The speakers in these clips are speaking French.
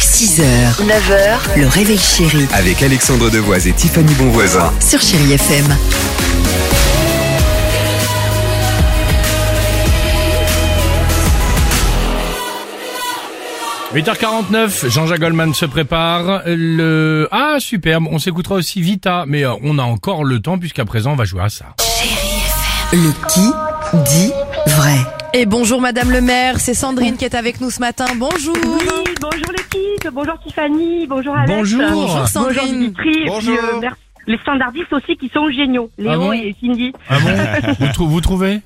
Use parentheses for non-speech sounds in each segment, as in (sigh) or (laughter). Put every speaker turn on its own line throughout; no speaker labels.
6h, 9h, le réveil chéri
Avec Alexandre Devoise et Tiffany Bonvoisin.
sur Chéri FM.
Allez. 8h49, Jean-Jacques Goldman se prépare. Le ah superbe, on s'écoutera aussi Vita, mais euh, on a encore le temps puisqu'à présent on va jouer à ça.
Le qui dit vrai.
Et bonjour Madame le maire, c'est Sandrine qui est avec nous ce matin. Bonjour.
Oui, bonjour l'équipe, bonjour Tiffany, bonjour Alex.
Bonjour. Bonjour
bonjour
Sandrine.
Dimitri, Et puis, euh, merci- les standardistes aussi qui sont géniaux, Léo
Ah bon
et
(laughs)
Cindy.
Ah bon vous, trou- vous trouvez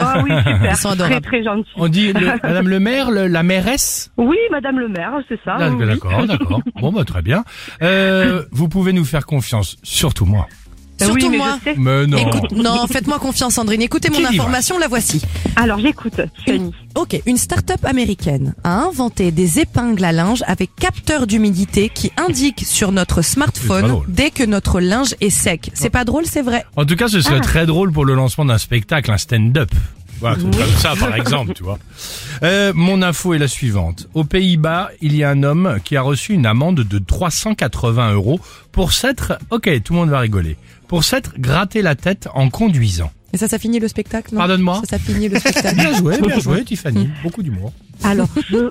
Ah oui, super,
Ils sont adorables.
très très gentils.
On dit le- Madame le maire, le- la mairesse.
Oui, Madame le maire, c'est ça.
D'accord,
Ah oui.
D'accord, d'accord. Bon bah très bien. Euh, vous pouvez nous faire confiance, surtout moi.
Ah oui,
Surtout
mais
moi.
je sais.
Mais non.
Écoute, non, faites-moi confiance Sandrine. Écoutez
Qui
mon
dit vrai
information, la voici.
Alors j'écoute, Tiffany.
Ok, une start-up américaine a inventé des épingles à linge avec capteur d'humidité qui indique sur notre
C'est pas
smartphone
drôle.
dès que notre linge est sec. C'est pas drôle, c'est vrai.
En tout cas, ce serait très drôle pour le lancement d'un spectacle, un stand-up. Voilà, comme ça, par exemple, tu vois. Euh, mon info est la suivante. Aux Pays-Bas, il y a un homme qui a reçu une amende de 380 euros pour s'être, ok, tout le monde va rigoler, pour s'être gratté la tête en conduisant.
Et ça, ça finit le spectacle, non
Pardonne-moi.
Ça, ça finit
(laughs)
le spectacle.
Bien joué, bien joué, Tiffany. Beaucoup d'humour.
Alors, je...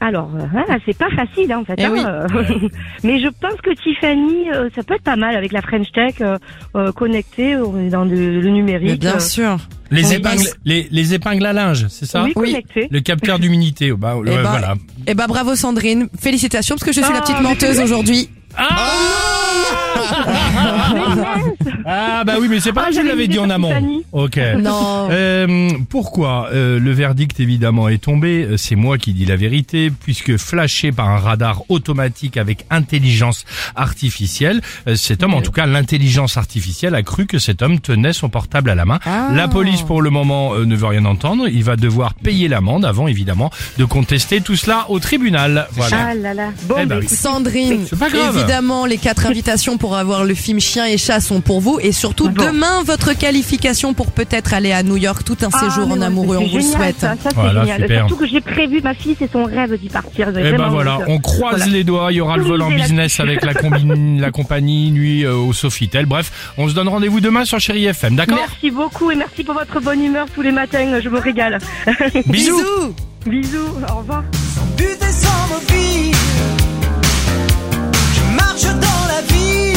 Alors, euh, ah, c'est pas facile hein, en fait.
Eh
hein, (laughs)
oui.
euh, Mais je pense que Tiffany, euh, ça peut être pas mal avec la French Tech euh, euh, connectée, on est dans le, le
Mais
numérique.
bien
euh,
sûr.
Les
Oui.
épingles, les, les épingles à linge, c'est ça
Oui,
Oui.
connectée.
Le capteur d'humidité, oh, bah, ouais,
ben,
voilà.
Eh ben bravo Sandrine, félicitations parce que je suis la
Ah,
petite
mais-
menteuse aujourd'hui.
ah bah oui, mais c'est pas
Ah,
grave, je
j'avais
l'avais
une
dit
idée
en
pour
amont.
Tiffany.
Ok.
Non.
Euh, pourquoi Euh, le verdict évidemment est tombé Euh, C'est moi qui dis la vérité puisque flashé par un radar automatique avec intelligence artificielle, euh, cet homme, en tout cas l'intelligence artificielle, a cru que cet homme tenait son portable à la main.
Ah.
La police pour le moment euh, ne veut rien entendre. Il va devoir payer l'amende avant évidemment de contester tout cela au tribunal. Voilà.
Ah là là. Bon,
Eh ben
bah,
oui.
Sandrine,
C'est pas grave.
évidemment,
(laughs)
les quatre invitations pour avoir le film Chien et Chat sont pour vous. Et surtout,
Bon.
demain, votre qualification pour peut-être aller à New York, tout un
Ah,
séjour
mais
en
ouais,
amoureux,
c'est
on vous le
génial,
souhaite.
Ça, ça, c'est
Voilà,
génial.
super.
Surtout que j'ai prévu, ma fille, c'est son rêve d'y partir.
Eh ben voilà, on croise
Voilà.
les doigts, il y aura le
Tout
vol en
misé là-dessus.
business avec la, combine- la compagnie nuit euh, au Sofitel. Bref, on se donne rendez-vous demain sur Chéri FM, d'accord
Merci beaucoup et merci pour votre bonne humeur tous les matins. Je me régale.
Bisous
Bisous.
(laughs) Bisous, au revoir.
buvais sans mobile. Je marche dans la ville.